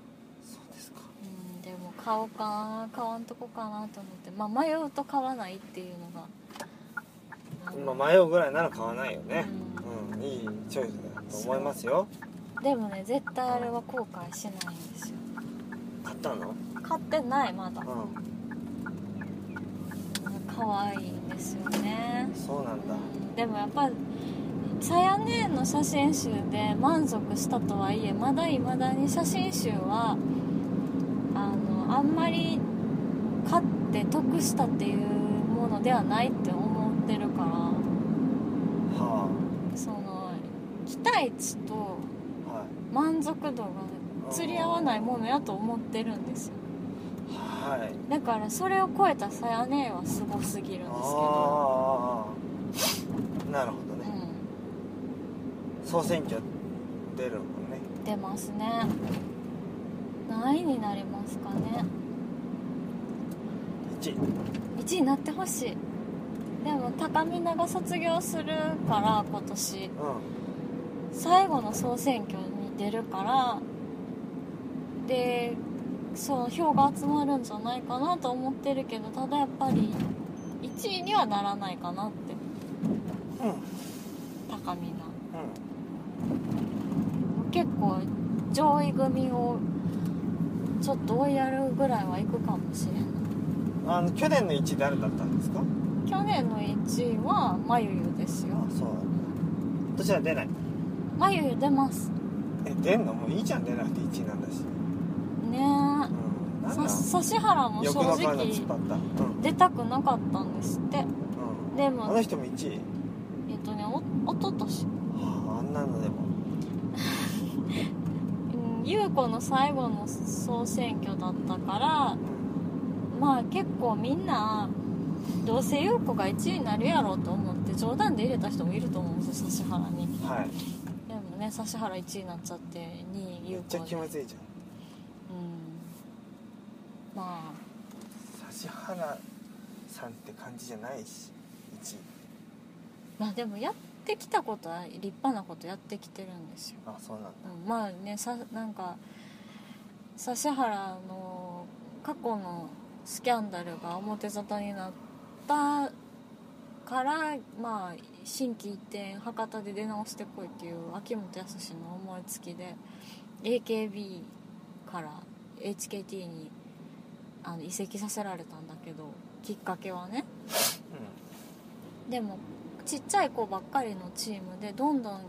そうですか
うん、でも買おうかな買わんとこかなと思って、まあ、迷うと買わないっていうのが
今迷うぐらいなら買わないよね
う
うん、いいチョイスだと思いますよ
んでもね絶対あれは後悔しないんですよ
買ったの
買ってないまだ
う
可愛いんですよね
んそうなんだ
でもやっぱさやねんの写真集で満足したとはいえまだいまだに写真集はあのあんまり買って得したっていうものではないって思ってるから
は
その期待値と
あは
満足度が釣り合わないものやと思ってるんですよ
いはい
だからそれを超えたさやねんはすごすぎるんですけど、
ああなるほど
う
ね
ん、
総選挙出るもんね
出ますね何位になりますかね
1
1位になってほしいでも高見菜が卒業するから今年
う
最後の総選挙に出るからでそう票が集まるんじゃないかなと思ってるけどただやっぱり1位にはならないかなって
んうん
高見菜
う
結構上位組をちょっと追いやるぐらいはいくかもしれない
んあの去年の1位誰だったんですか
去年の1位はまゆゆですよ
あそう今年は出ない
まゆゆ出ます
え出んのもういいじゃん出なくて1位なんだしうん
ねえ
なん
さ
だ
指原も正
欲の感が突っ張
直
ったうん
出たくなかったんですって
うん
で
あ
も
の人も1位
えっとねおおととし
はああんなのでも
うん優子の最後の総選挙だったから
うん
まあ結構みんなどうせ優子が1位になるやろうと思って冗談で入れた人もいると思うんですよ指原に
はい
でもね指原1位になっちゃって2位
め
優
っ
子
ちゃ気
で
まずいじゃん
うんまあ
指原さんって感じじゃないし1位
まあでもやってきたことは立派なことやってきてるんですよ、
あそうなんだ
うん、まあねさなんか指原の過去のスキャンダルが表沙汰になったからまあ新規一転博多で出直してこいっていう秋元康の思いつきで AKB から HKT にあの移籍させられたんだけどきっかけはねでもちっちゃい子ばっかりのチームでどんどん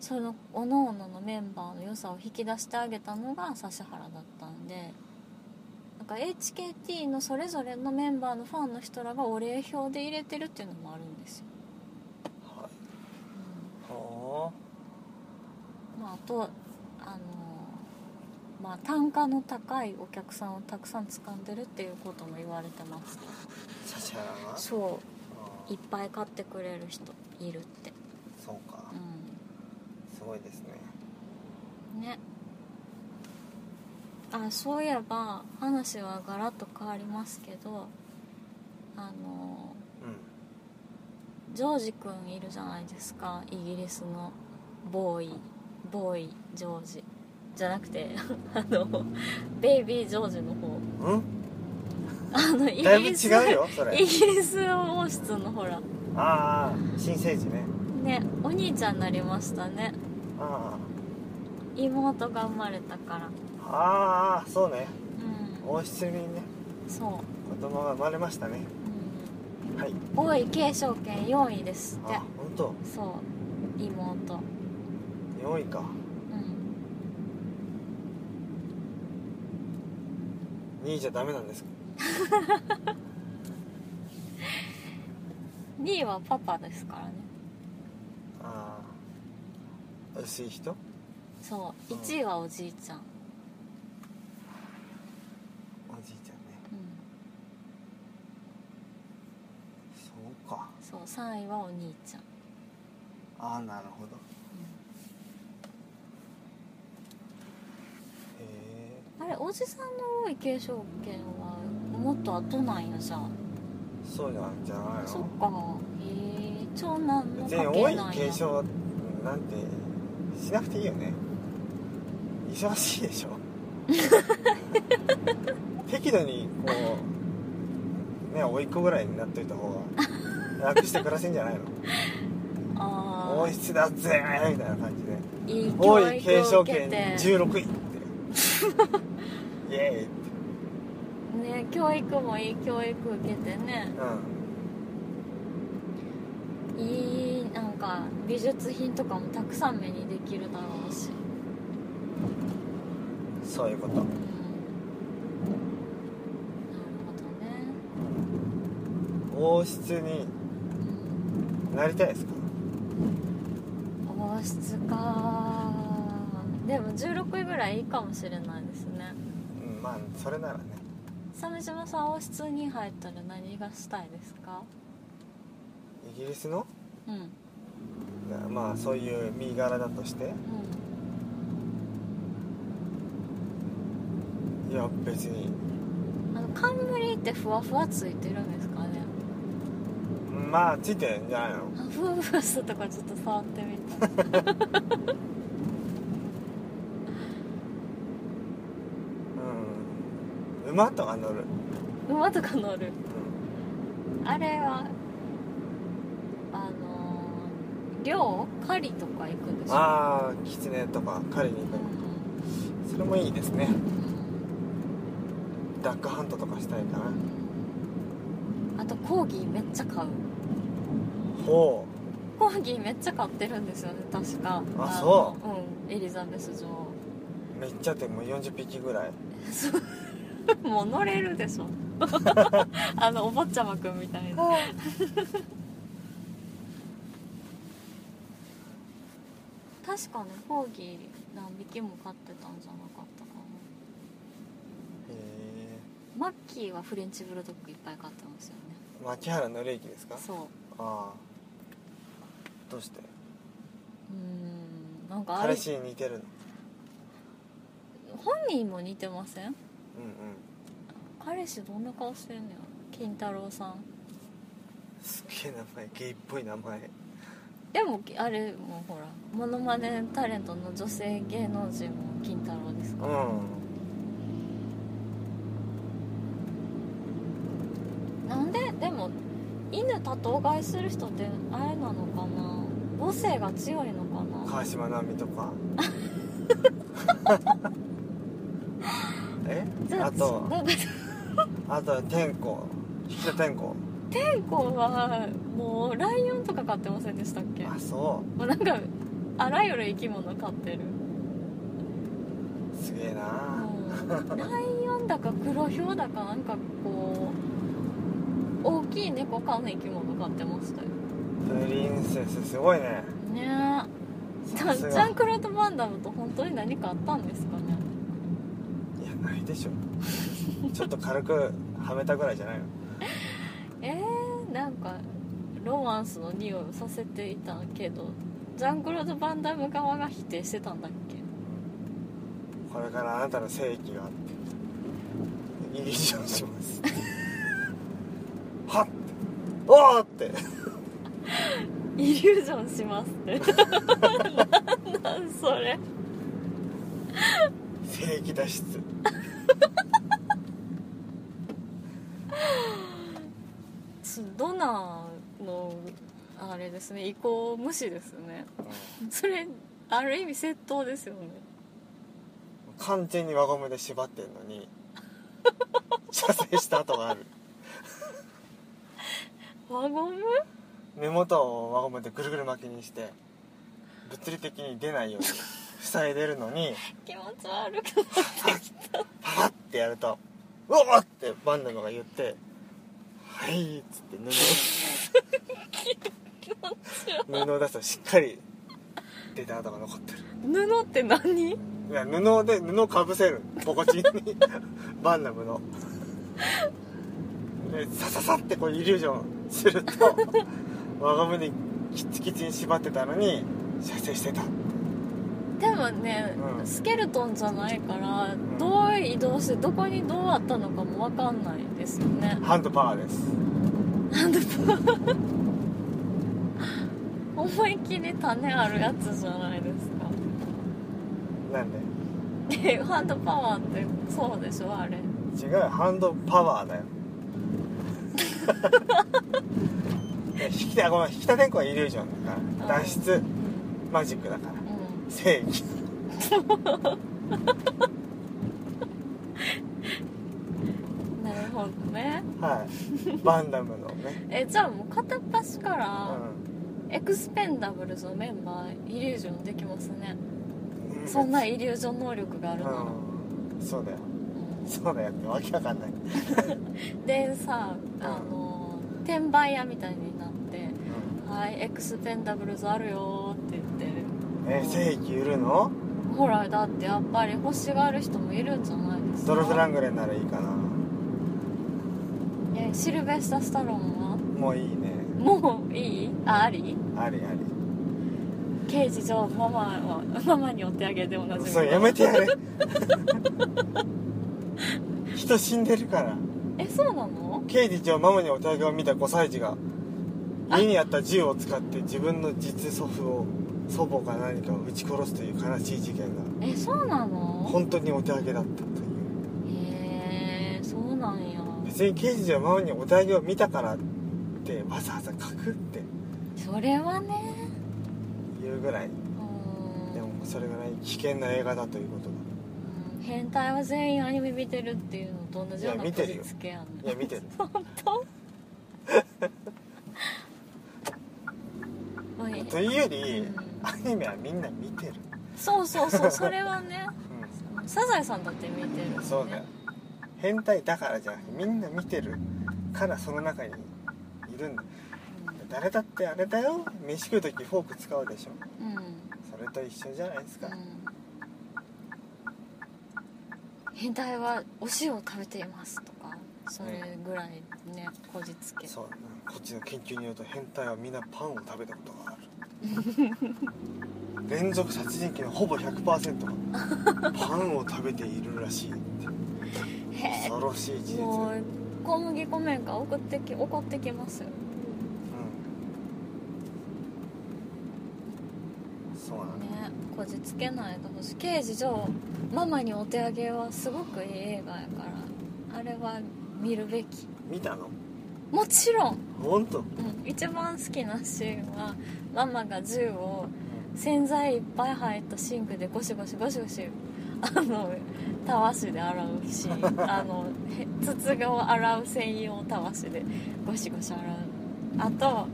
その各々のメンバーの良さを引き出してあげたのが指原だったんでなんか HKT のそれぞれのメンバーのファンの人らがお礼表で入れてるっていうのもあるんですよ、
は
う
いは
んまあ、あとあのまあ単価の高いお客さんをたくさん掴んでるっていうことも言われてます
あ指原が
そ
あ
うい
ー
っぱい買ってくれる人いるって
そうか
う
すごいですね
んねあそういえば話はガラッと変わりますけどあの
う
ジョージくんいるじゃないですかイギリスのボーイボーイジョージじゃなくて あのベイビージョージの方
んうん
あのイギ
だいぶ
リス
違うよそ
イ
れ
ギリス王室のほら
ああ新生児ね
ねお兄ちゃんになりましたね
あ
妹が生まれたから
あああそうね
う
王室にね
んそ
子供が生まれましたね
う、うん、
はい
王位継承権4位ですって
あ本当
そう妹
4位か
うん
2位じゃダメなんですか
2位はパパですからね
ああ薄い人
そう
うん
1位はおじいちゃん、
おじいちゃんね
うん、
そうか
そう3位はお兄ちゃん、
ああなるほどへえ
うんあれおじさんの王位継承権はもっと後なんやじゃあ
そうなんじゃない
そっ
の
かへえ長男の
別
家
に
系
多い
なんや
継承なんてしなくていいよね忙しいでし ょ適度にこうね甥いっ子ぐらいになっといた方が楽して暮らせんじゃないの
あ
王室だぜーみたいな感じで
あいい
王
教
位
育
継
を
承
受け
権
て
16位って イエーイって
ね教育もいい教育受けてね
うん
いいなんか美術品とかもたくさん目にできるだろうし、
そういうこと
うん、なるほどね、
王室に
うん、
なりたいですか
王室かでも16位ぐらいいいかもしれないですね
うんまあそれならね
鮫島さん王室に入ったら何がしたいですか
イギリスの
うんうん
まあそういう身柄だとしていや別に
あの冠ってふわふわついてるんですかね
まあついてんじゃないの
あふわふわするとかちょっと触ってみたい
うん馬とか乗る、
馬とか乗る
うん、
あれはあのー猟狩りとか行くんでしょ
ああ狐とか狩りに行く
う
それもいいですね
ん
ダックハントとかしたいかな
あとコーギーめっちゃ買う
ほ
コーギーめっちゃ買ってるんですよね確か
あ
の
そう
うんエリザベス女
う
王
めっちゃでも40匹ぐらい
そうもう乗れるでしょ あのお坊ちゃまくんみたいな確かねコーギー何匹も飼ってたんじゃなかったかな
へえ
マッキーはフレンチブルドッグいっぱい飼ってますよね
牧原紀之ですか
そう
ああどうして
うーんなんかあれ
彼氏に似てるの
本人も似てません
うんうん
彼氏どんな顔してんのよ金太郎さん
すげえ名前ゲイっぽい名前
でもあれもほらモノマネタレントの女性芸能人も金太郎です
う
か
ん
なんででも犬多頭飼いする人ってあれなのかな母性が強いのかな
川島奈美と かえ
じゃ
あと
なんか
あとは天候引田天候
猫はもうライオンとか飼ってませんでしたっけも
あそう
なんかあらゆる生き物飼って る
うすげえな
もうライオンだか黒ヒョウだかなんかこう大きい猫科の生き物飼ってましたよ
プリンセスすごいね
ねえジ
さす
ャン
が
ジャンクロード・バンダムと本当に何かあったんですかね
いやないでしょちょっと軽くはめたぐらいじゃないの
えー、なんかロマンスの匂いをさせていたけどジャンクロード・バンダム側が否定してたんだっけ
これからあなたの正義がイリジョンしますはっおーって
イリュージョンしますってなんなんそれ
正義脱出
ちドナーのあれですね意向無視ですねそれある意味窃盗ですよね
完全に輪ゴムで縛ってんのに射精した跡がある
輪ゴム
根元を輪ゴムでぐるぐる巻きにして物理的に出ないように塞いでるのに
気持ち悪くなってきた
パパッてやると「うわっ!」ってバンダムが言って「はい」っつって布を布を出すとしっかり出た跡が残ってる
布って何
いや布で布かぶせるポコチンにバンダムのでサササってこうイリュージョンすると輪ゴムでキチキチに縛ってたのに射精してた
でもね、
うん
スケルトンじゃないから
ん
どう移動してどこにどうあったのかも分かんないですよね
ハンドパワーです
思いっきり種あるやつじゃないですか
なんで
でハンドパワーってそうでしょあれ
違うハンドパワーだよいや引きたごめん引きた天候はイリュージョンだから
うん
脱出マジックだから
う
正義
んなるほどね
はいバンダムのね、
えじゃあもう片っ端か
う
ら
ん
エクスペンダブルズのメンバーイリュージョンできますねそんなイリュージョン能力があるなら、
うんそうだよ
う
そうだよってわけわかんない、
んでさあの転売屋みたいになって「はいエクスペンダブルズあるよ」って言っ
え
て
正義売るの
ほらだってやっぱり欲しがる人もいるんじゃないですか
ドルフラングレンならいいかな
えシルベスタ・スタローンは
もういいね
もういいああり
ありあり
刑事上ママはママにお手上げで同じ
そうやめてやれ人死んでるから
えそうなの
刑事長ママにお手上げを見た5歳児が家にあった銃を使って自分の実祖父を祖母か何かを撃ち殺すという悲しい事件が
えそうなの
本当にお手上げだったという
へえそうなんや
別に刑事長ママにお手上げを見たからってわざわざ書くって
それはね
いうぐらいう
ーん
でもそれぐらい危険な映画だということだ
うん変態は全員アニメ見てるっていうのと同じようない
や見て
こ
る
じ
よ
つけやん
いや見てる
本当おい
というより
うん
アニメはみんな見てる
そうそうそうそれはね
う
サザエさんだって見てるしね
んそうだよ変態だからじゃなくてみんな見てるからその中にいるんだ誰だってあれだよ飯食う時フォーク使うでしょ
うんうん、
それと一緒じゃないですか、
うん変態はお塩を食べていますとかそれぐらいねこじつけ
そうこっちの研究によると変態はみんなパンを食べたことがある連続殺人鬼のほぼ100%がパンを食べているらしいって
へ
恐ろしい事
え
実、
も
う
う小麦粉麺が送ってき怒ってきますよ
ん、そうなんだ
ねこじつけないでほしい刑事上ママにお手上げはすごくいい映画やからあれは見るべき
見たの
もちろん、
本当
うん、一番好きなシーンはママが銃を洗剤いっぱい入ったシンクでゴシゴシゴシゴシあのたわしで洗うシーンあのへ筒がを洗う専用たわしでゴシゴシ洗うあと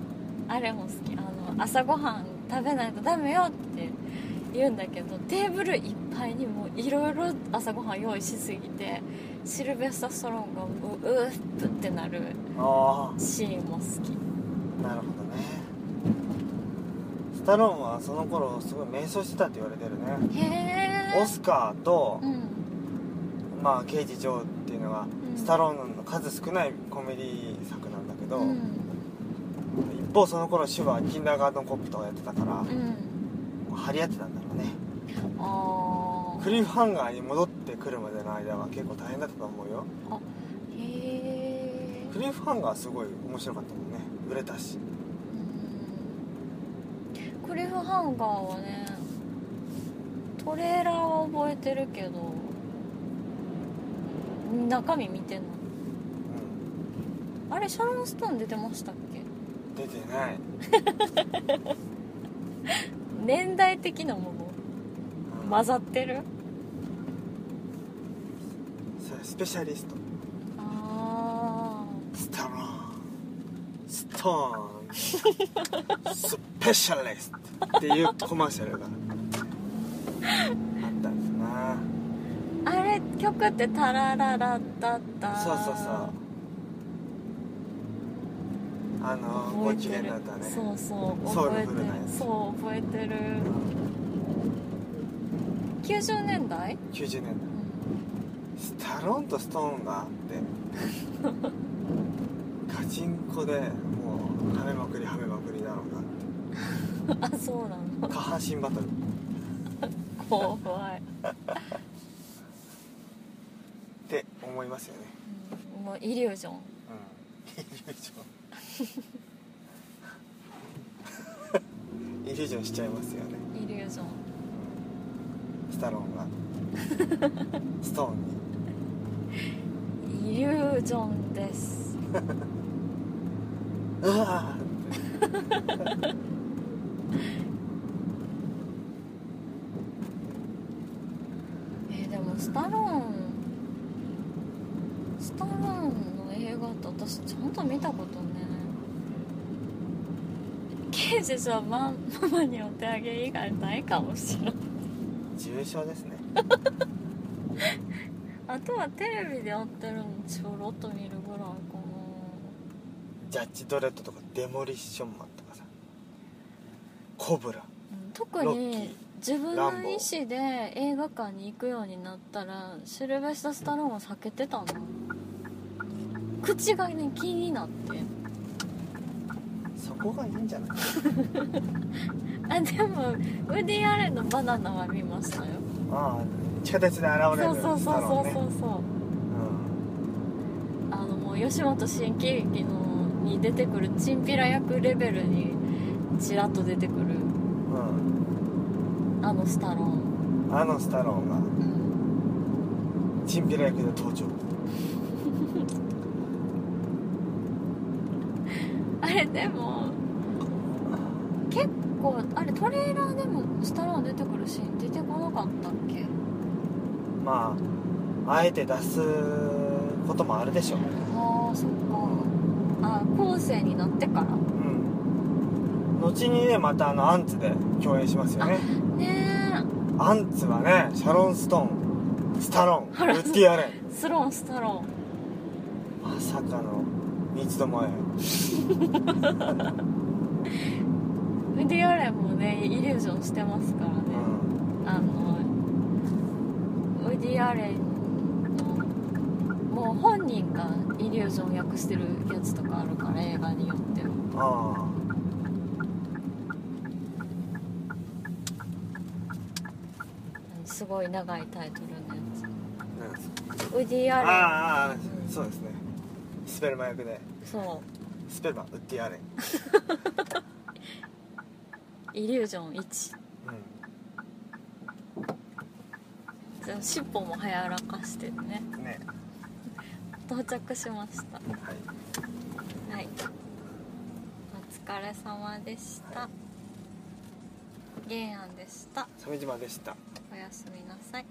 あれも好きあの朝ごはん食べないとダメよって言うんだけどテーブルいっぱいにもいろいろ朝ごはん用意しすぎてシルベスタ・ストローンがもううーっぷってなる
あ
シーンも好き
あなるほどねスタローンはその頃すごい迷走してたって言われてるね
へえ
オスカーと
う、ん
まあ、刑事ジョーっていうのは、
うん
スタローンの数少ないコメディ作なんだけど、
うん
一方その頃シュはキンダーガードンコップとかやってたから、
うん
張り合ってたんだろうね
あ
クリフハンガーに戻ってくるまでの間は結構大変だったと思うよ
ーへえ
クリフハンガーすごい面白かったもんね売れたし
うんクリフハンガーはねトレーラーは覚えてるけど中身見てんの
うん
あれシャロン・ストーン出てましたっけ
出てない
年代的なもの
うん
混ざってる
それスペシャリスト
あ
スタローンストーンスペシャリストっていうコマーシャルがあったんですな
ああれ曲ってタラララッタッタ
そうそうそうあのご機嫌だったね
そうそう
ソウル
覚えて
フ
る
ルなやつ
そう覚えてる90年代、
90年代スタローンとストーンがあってガチンコでもうはめまくりはめまくりだろうなって
あそうなの
下半身バトル
怖
っ
い、
て思いますよね
うん、もうイリュージョン
うんイリュージョンイリュージョンしちゃいますよね
イリュージョン
スタローンがストーンに
イリュージョンです
うわ
えーでもスタローンスタローンの映画って私ちゃんと見たことね刑事じゃマママにお手上げ以外ないかもしれな
ー
い
重症ですね
あとはテレビでやってるのちょろっと見るぐらいかな
ジャッジ・ドレッドとかデモリッションマンとかさコブラ
うん特
ロッキー
に自分
ラ
の
ンボ
意思で映画館に行くようになったらシルベスタ・スタローンは避けてたな口がね気になって
そこがいいんじゃない
あでもウディ・アレンの「バナナ」は見ましたよ
ああ地下鉄で現
そう
れる
そう
ス
そ
タ
う
ロ
そ
ー
う
ン
そ
ね
うそう
うん
あのもう吉本新喜劇のに出てくるチンピラ役レベルにちらっと出てくるあのスタローン、
うんあのスタローンが
うん
チンピラ役で登場
あれでも結構あれトレーラーでもスタローン出てくるシーン出てこなかったっけ
まああえて出すこともあるでしょう
ああそっかあ後世になってから
うん後にねまたあのアンツで共演しますよね
ね
アンツはねシャロン・ストーンスタローンウッディ・アレン
えスローンスタロ
まさかの三つどもえ
ーンウディアレンもねイリュージョンしてますからね
う、ん
あのウディアレンのもう本人がイリュージョン訳してるやつとかあるから映画によっては
ああ
すごい長いタイトルのや
なんです
つウディ
あ
ア
あ
レン
ああそうですねスペルマン役で
そう
スペルマンウッディ・アレン
イリュージョン1でも尻尾もはやらかしてるね
うんね
到着しました
はい
はいお疲れ様でした
は
原案でした
鮫島でした
おやすみなさい